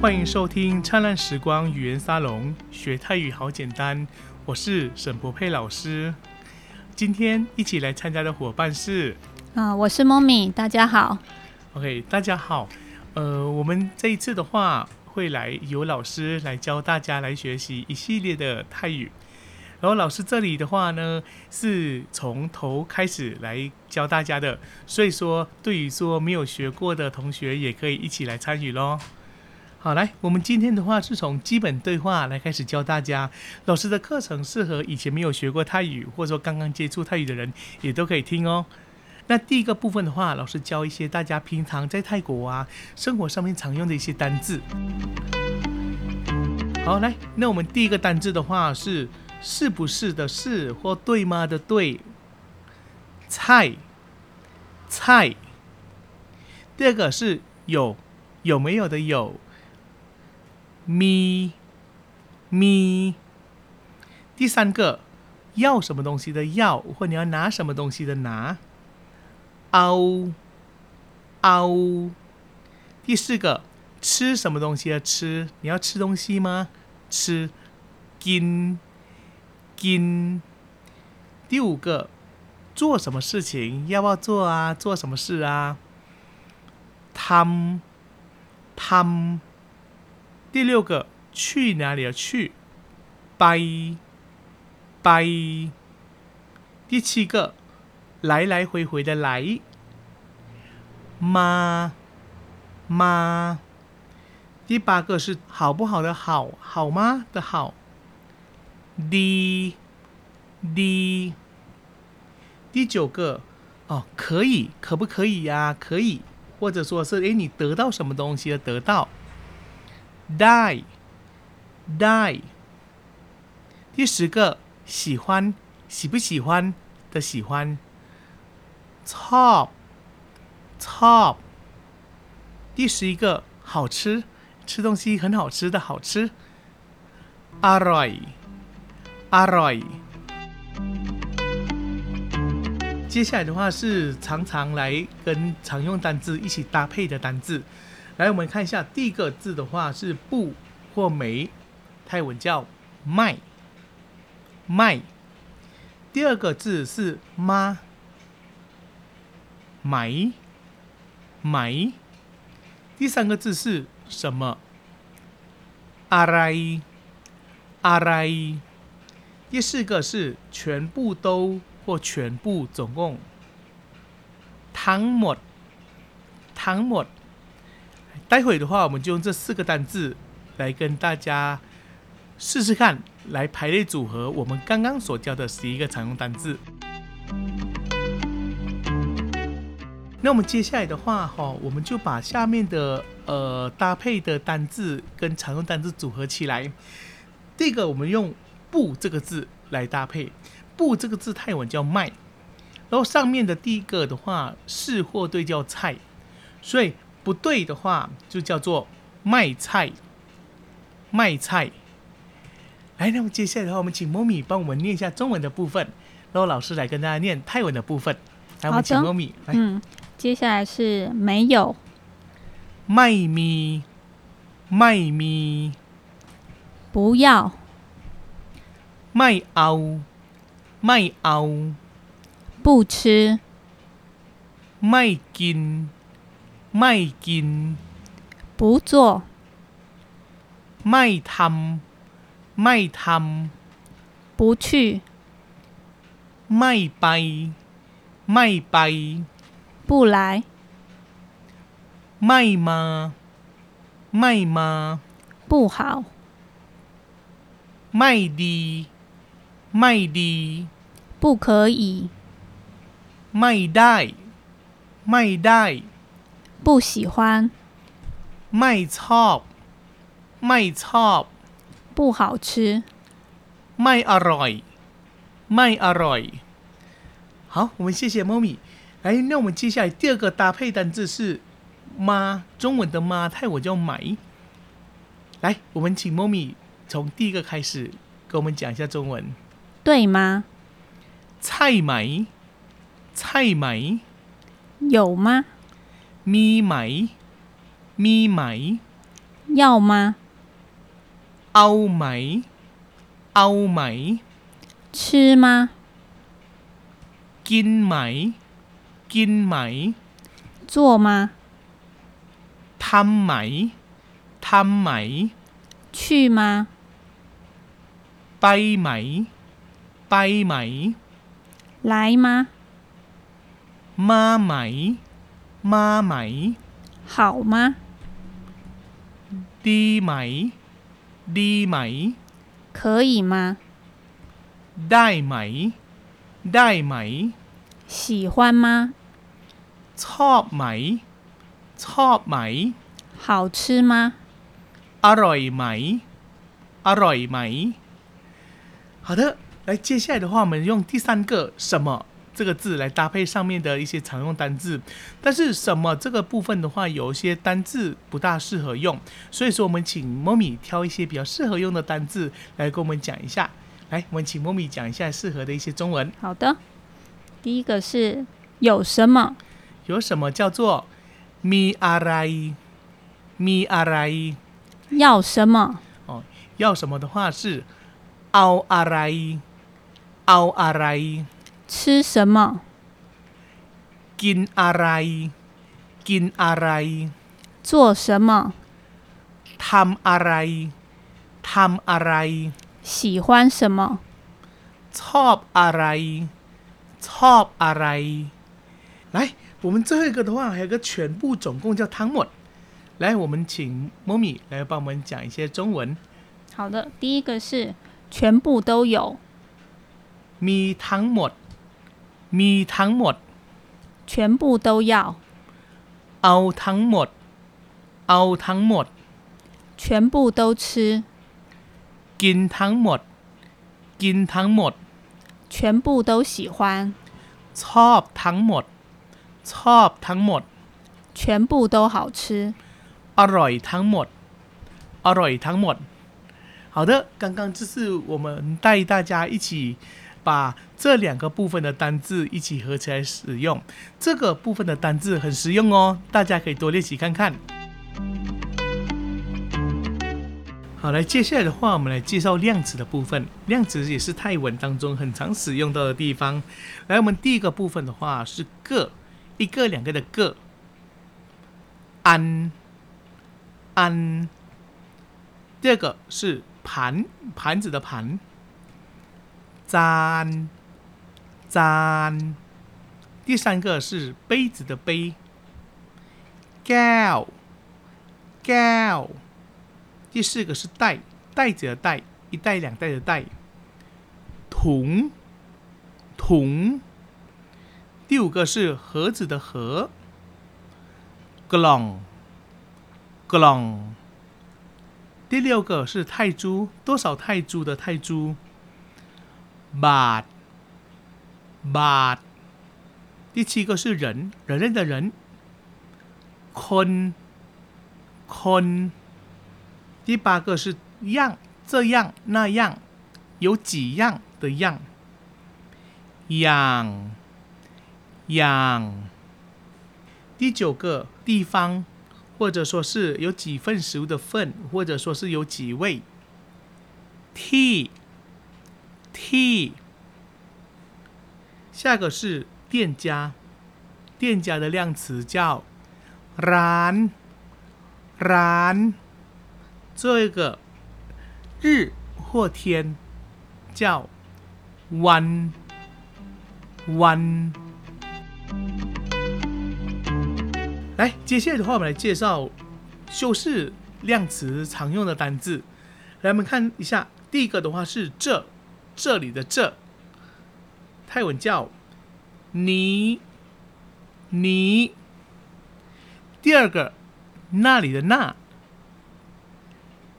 欢迎收听《灿烂时光语言沙龙》，学泰语好简单。我是沈博佩老师，今天一起来参加的伙伴是啊，我是 m 咪，大家好。 OK，大家好。呃，我们这一次的话，会来由老师来教大家来学习一系列的泰语。然后老师这里的话呢，是从头开始来教大家的，所以说对于说没有学过的同学，也可以一起来参与喽。好，来，我们今天的话是从基本对话来开始教大家。老师的课程适合以前没有学过泰语，或者说刚刚接触泰语的人，也都可以听哦。那第一个部分的话，老师教一些大家平常在泰国啊生活上面常用的一些单字。好，来，那我们第一个单字的话是“是不是”的“是”或“对吗”的“对”，菜菜。第二个是“有”，有没有的“有”，咪咪。第三个要什么东西的“要”，或你要拿什么东西的“拿”。嗷嗷。第四个，吃什么东西要吃？你要吃东西吗？吃，กินกิน。第五个，做什么事情？要不要做啊？做什么事啊？ทำทำ。第六个，去哪里啊？去，ไปไป。第七个。来来回回的来，妈妈。第八个是好不好的好，好吗的好。d d。第九个哦，可以，可不可以呀、可以，或者说是诶，你得到什么东西了？得到。die die。第十个喜欢，喜不喜欢的喜欢。ชอบชอบ第十一个好吃，吃东西很好吃的好吃，อร่อยอร่อย。接下来的话是常常来跟常用单字一起搭配的单字，来我们看一下第一个字的话是不或没，泰文叫卖卖。第二个字是妈。买买。第三个字是什么？阿ไร阿ไร。第四个是全部都或全部总共。ทั้งหมดทั้งหมด。待会的话，我们就用这四个单字来跟大家试试看，来排列组合我们刚刚所教的十一个常用单字。那我们接下来的话，哈、我们就把下面的呃搭配的单字跟常用单字组合起来。第一个，我们用“不”这个字来搭配，“不”这个字泰文叫“卖”，然后上面的第一个的话是或对叫“菜”，所以不对的话就叫做“卖菜”，卖菜。来，那么接下来的话，我们请 m 米帮我们念一下中文的部分，然后老师来跟大家念泰文的部分。来，我们好的请 m 米来。嗯，接下来是没有 ไม่มี ไม่มี 不要 ไม่เอา ไม่เอา 不吃 ไม่กิน ไม่กิน 不做 ไม่ทำไม่ท 不ำ去ไม่ไป ไม่ไป 不来 ไม่มา ไม่มา 不好 ไม่ดี ไม่ดี 不可以 ไม่ได้ ไม่ได้ 不喜欢 ไม่ชอบ ไม่ชอบ 不好吃 ไม่อร่อย ไม่อร่อย 好，我们谢谢猫咪。哎，那我们接下来第二个搭配单字是“妈”，中文的“妈”，泰文叫“买”。来，我们请猫咪从第一个开始给我们讲一下中文。对吗？菜买，菜买，有吗？咪买，咪买。要吗？ เอาไหม เอาไหม 吃吗？ กินไหม กินไหม 做吗？ ทำไหม ทำไหม 去吗？ ไปไหม ไปไหม 来吗？ มาไหม มาไหม 好吗？ ดีไหม ดีไหม 可以吗？ ได้ไหม ได้ไหม 喜欢吗？ ชอบไหม ชอบไหม 好吃吗？ อร่อยไหม อร่อยไหม好的，来接下来的话，我们用第三个“什么”这个字来搭配上面的一些常用单字。但是“什么”这个部分的话，有一些单字不大适合用，所以说我们请莫米挑一些比较适合用的单字来跟我们讲一下。来，我们请莫米讲一下适合的一些中文。好的。第一个是有什么？有什么叫做“咪阿来”？咪阿来。要什么？哦，要什么的话是เอาอะไรเอาอะไร 吃什么？ กินอะไร กินอะไร 做什么？ ทำอะไรทำอะไร 喜欢什么？ ชอบอะไร ชอบอะไร 来，我们最后一个的话，还有一个全部总共叫汤姆。来，我们请 m 米来帮我们讲一些中文。好的，第一个是全部都有， มีทั้งหมด มีทั้งหมด 全部都要， เอาทั้งหมด เอาทั้งหมด 全部都吃， กินทั้งหมด กินทั้งหมด 全部都喜欢， ชอบทั้งหมด ชอบทั้งหมด 全部都好吃。 อร่อยทั้งหมด อร่อยทั้งหมด好的，刚刚就是我们带大家一起把这两个部分的单字一起合起来使用。这个部分的单字很实用哦，大家可以多练习看看。好，来，接下来的话，我们来介绍量词的部分。量词也是泰文当中很常使用到的地方。来，我们第一个部分的话是个，一个两个的个，安。安。第二个是盘，盘子的盘。잔，잔。第三个是杯子的杯。gao，gao。第四个是袋，袋子的袋，一袋两袋的袋。桶，桶。第五个是盒子的盒。glong。กล่อง 第六个是泰铢，多少泰铢的泰铢？บาท บาท。第七个是人，人类的人。คนคน。第八个是样，这样那样，有几样的样。样，样。第九个地方，或者说是有几份食物的份，或者说是有几位。t t，下个是店家，店家的量词叫然然，这个日或天叫วันวัน。来，接下来的话，我们来介绍修饰量词常用的单字。来，我们看一下，第一个的话是这，这里的这，泰文叫你你。第二个，那里的那，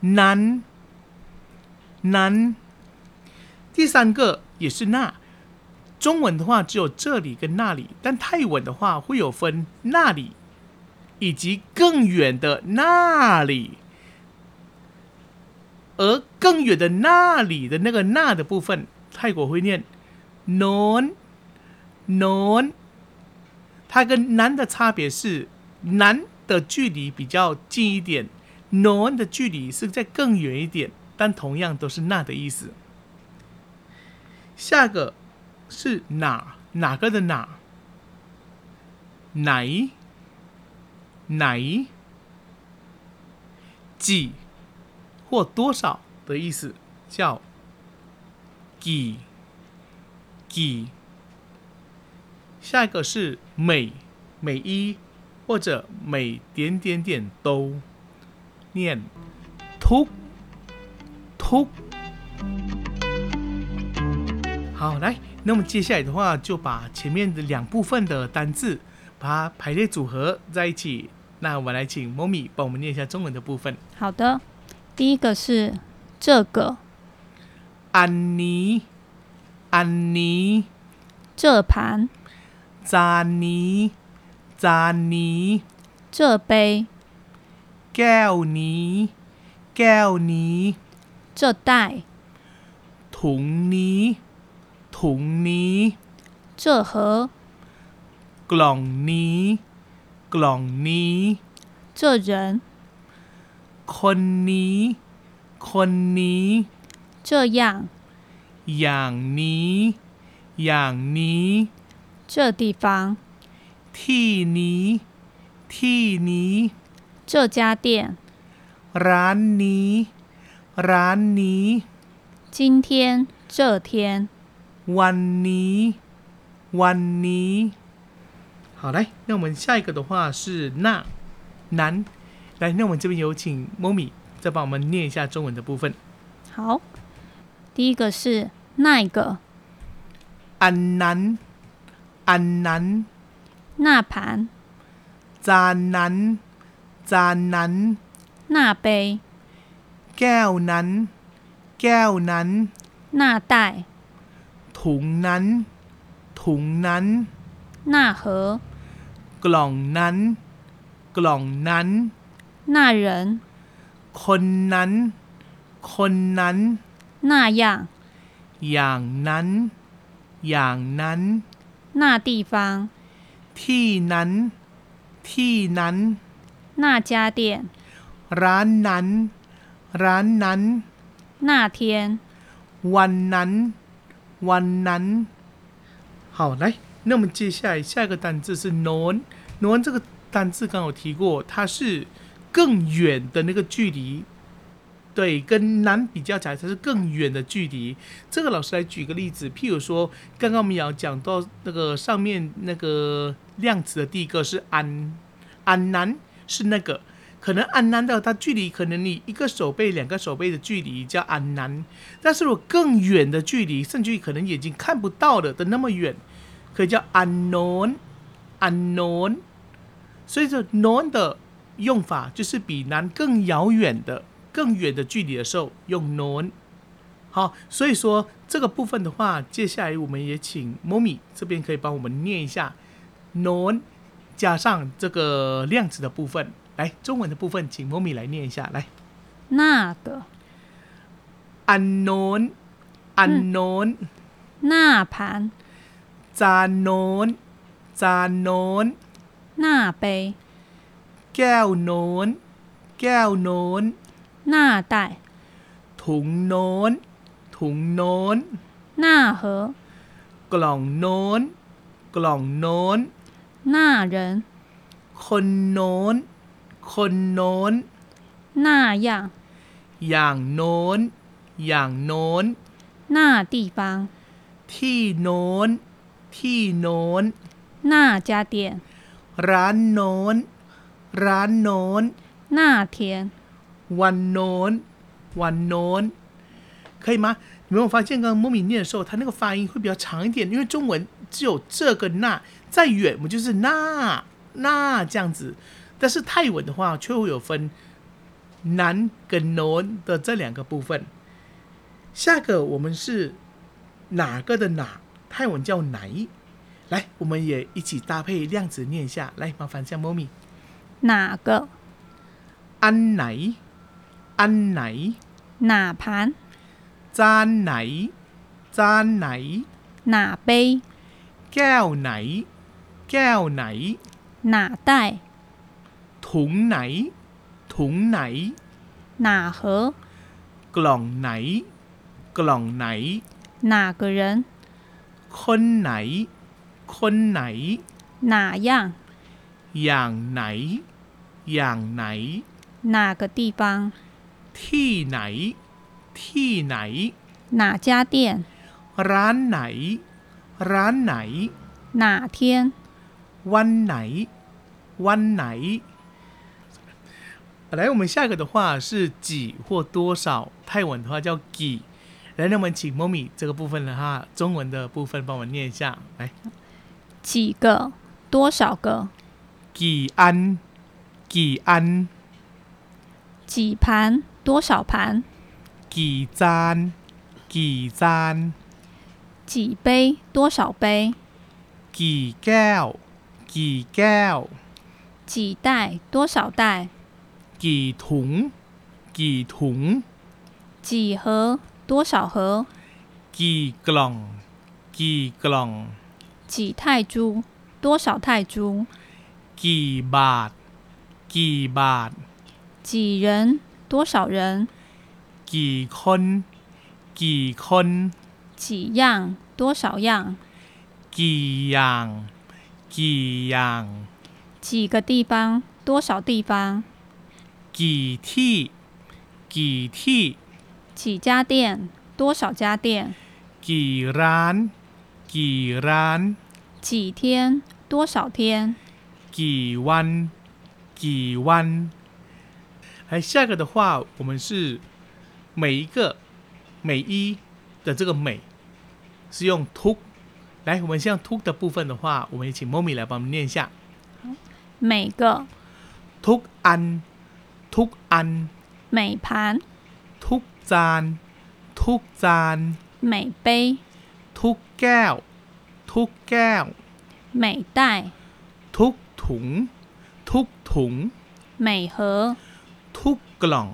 南南。第三个也是那，中文的话只有这里跟那里，但泰文的话会有分那里以及更远的那里。而更远的那里的那个“那”的部分，泰国会念 “non non”。它跟“南”的差别是，“南”的距离比较近一点， n o 的距离是在更远一点，但同样都是那的意思。下个是哪哪个的哪？ไหนไหน几或多少的意思叫几几。下一个是每每一或者每点点点都念ทุกทุก。好，来，那么接下来的话，就把前面的两部分的单字把它排列组合在一起。那我来请 m o m i 帮我们念一下中文的部分。好的，第一个是这个、 อันนี้ อันนี้ 这盘、 จานนี้ จานนี้ 这杯、 แก้วนี้ แก้วนี้ 这袋、 ถุงนี้ ถุงนี้ 这盒、 กล่องนี้ กล่องนี้ 这人、 คนนี้ คนนี้ 这样、 อย่างนี้ อย่างนี้ 这地方、 ที่นี้ ที่นี้ 这家店、 ร้านนี้ ร้านนี้ 今天、这天、 วันนี้วันนี้好来那我们下一个的话是那南来那我们这边有请 m o m i 再帮我们念一下中文的部分好，第一个是那个、 อันนั้นอันนั้น 那盘、 จานนั้น จานนั้น 那杯、 แก้วนั้น แก้วนั้น 那袋、 ถุงนั้น ถุงนั้น 那盒、 กล่องนั้น กล่องนั้น 那人、 คนนั้น คนนั้น 那样、 อย่างนั้น อย่างนั้น 那地方、 ที่นั้น ที่นั้น 那家店、 ร้านนั้น ร้านนั้น 那天。 วันนั้น วันนั้น好，来，那么接下来下一个单字是 “known”。“known” 这个单字刚刚有提过，它是更远的那个距离。对，跟南比较起来，它是更远的距离。这个老师来举个例子，譬如说，刚刚我们要讲到那个上面那个量词的第一个是安，安南是那个，可能安南的它距离可能你一个手背、两个手背的距离叫安南，但是如果更远的距离，甚至于可能眼睛看不到了的那么远，可以叫 unknown unknown。所以说 known 的用法就是比南更遥远的、更远的距离的时候用 known。好，所以说这个部分的话，接下来我们也请 Momi 这边可以帮我们念一下 known 加上这个量词的部分。来，中文的部分，请 Momi 来念一下。来那个、 ，unknown unknown、那盘、 จานโน้น จานโน้น 那杯、 แก้วโน้น แก้วโน้น 那袋、 ถุงโน้น ถุงโน้น 那盒、 กล่องโน้น กล่องโน้น 那人、 คนโน้น คนโน้น 那样、 อย่างโน้น อย่างโน้น 那地方、 ที่โน้น ที่โน้น 那家店、 ร้านโน้น ร้านโน้น 那天、 วันโน้นวันโน้น可以吗？你们有发现，刚刚莫米念的时候，它那个发音会比较长一点，因为中文只有这个那，再远我们就是那那这样子，但是泰文的话却会有分南跟 known 的这两个部分。下个我们是哪个的哪，泰文叫哪？来，我们也一起搭配量词念一下。来，麻烦向莫米，哪个、安奶，安奶。哪盘、 จานไหน จานไหน 哪杯、 แก้วไหน แก้วไหน 哪袋、 ถุงไหน ถ ถุงไหน 哪盒 กล่องไหน กล่องไหน 哪个人 คนไหน คนไหน 哪样 อย่างไหน อย่างไหน 哪个地方 ที่ไหน ที่ไหน 哪家店 ร้านไหน ร้านไหน 哪天 วันไหน วันไหน来，我们下一个的话是几或多少，泰文的话叫几。来，那我们请 m 米这个部分的话，中文的部分帮我念一下。来，几个多少个几安，几安，几盘多少盘几잔，几잔， 几杯多少杯几แก้ว，几แก้ว，几袋多少袋几ถุง，几ถุง，几盒多少盒几กล่อง，几กล่อง。几泰铢多少泰铢 กี่บาท กี่บาท 几人多少人 กี่คน กี่คน 几样多少样 กี่อย่าง กี่อย่าง 几个地方多少地方 กี่ที่ กี่ที่ 几家店多少家店 กี่ร้าน กี่ร้าน 几天多少天 กี่วัน กี่วัน来下个的话，我们是每一个每一的这个每是用 to。来，我们像 to 的部分的话，我们也请 Mommy 来帮我们念一下每个 to 安 to 安每盘 to 赞 to 赞每杯 to แก้ว to แก้ว 每袋 to ถุง to ถุง 每盒 to กล่อง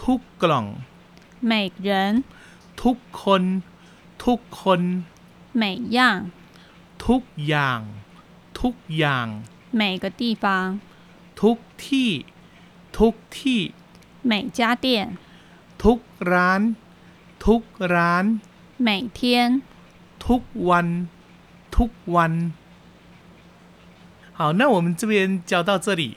to กล่อง 每人 ทุกคน ทุกคน 每样 ทุกอย่าง ทุกอย่าง 每个地方 ทุกที่ ทุกที่ 每家店 ทุกร้าน ทุกร้าน 每天 ทุกวัน ทุกวัน 好，那我们这边教到这里，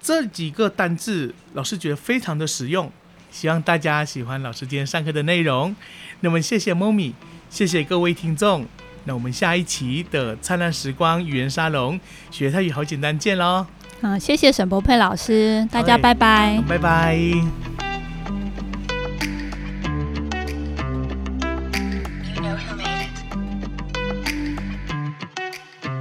这几个单字老师觉得非常的实用，希望大家喜欢老师今天上课的内容。那么谢谢 m 咪，谢谢各位听众，那我们下一期的灿烂时光语言沙龙学泰语好简单见喽，啊嗯、谢谢沈伯佩老师，大家好嘞拜拜。拜拜。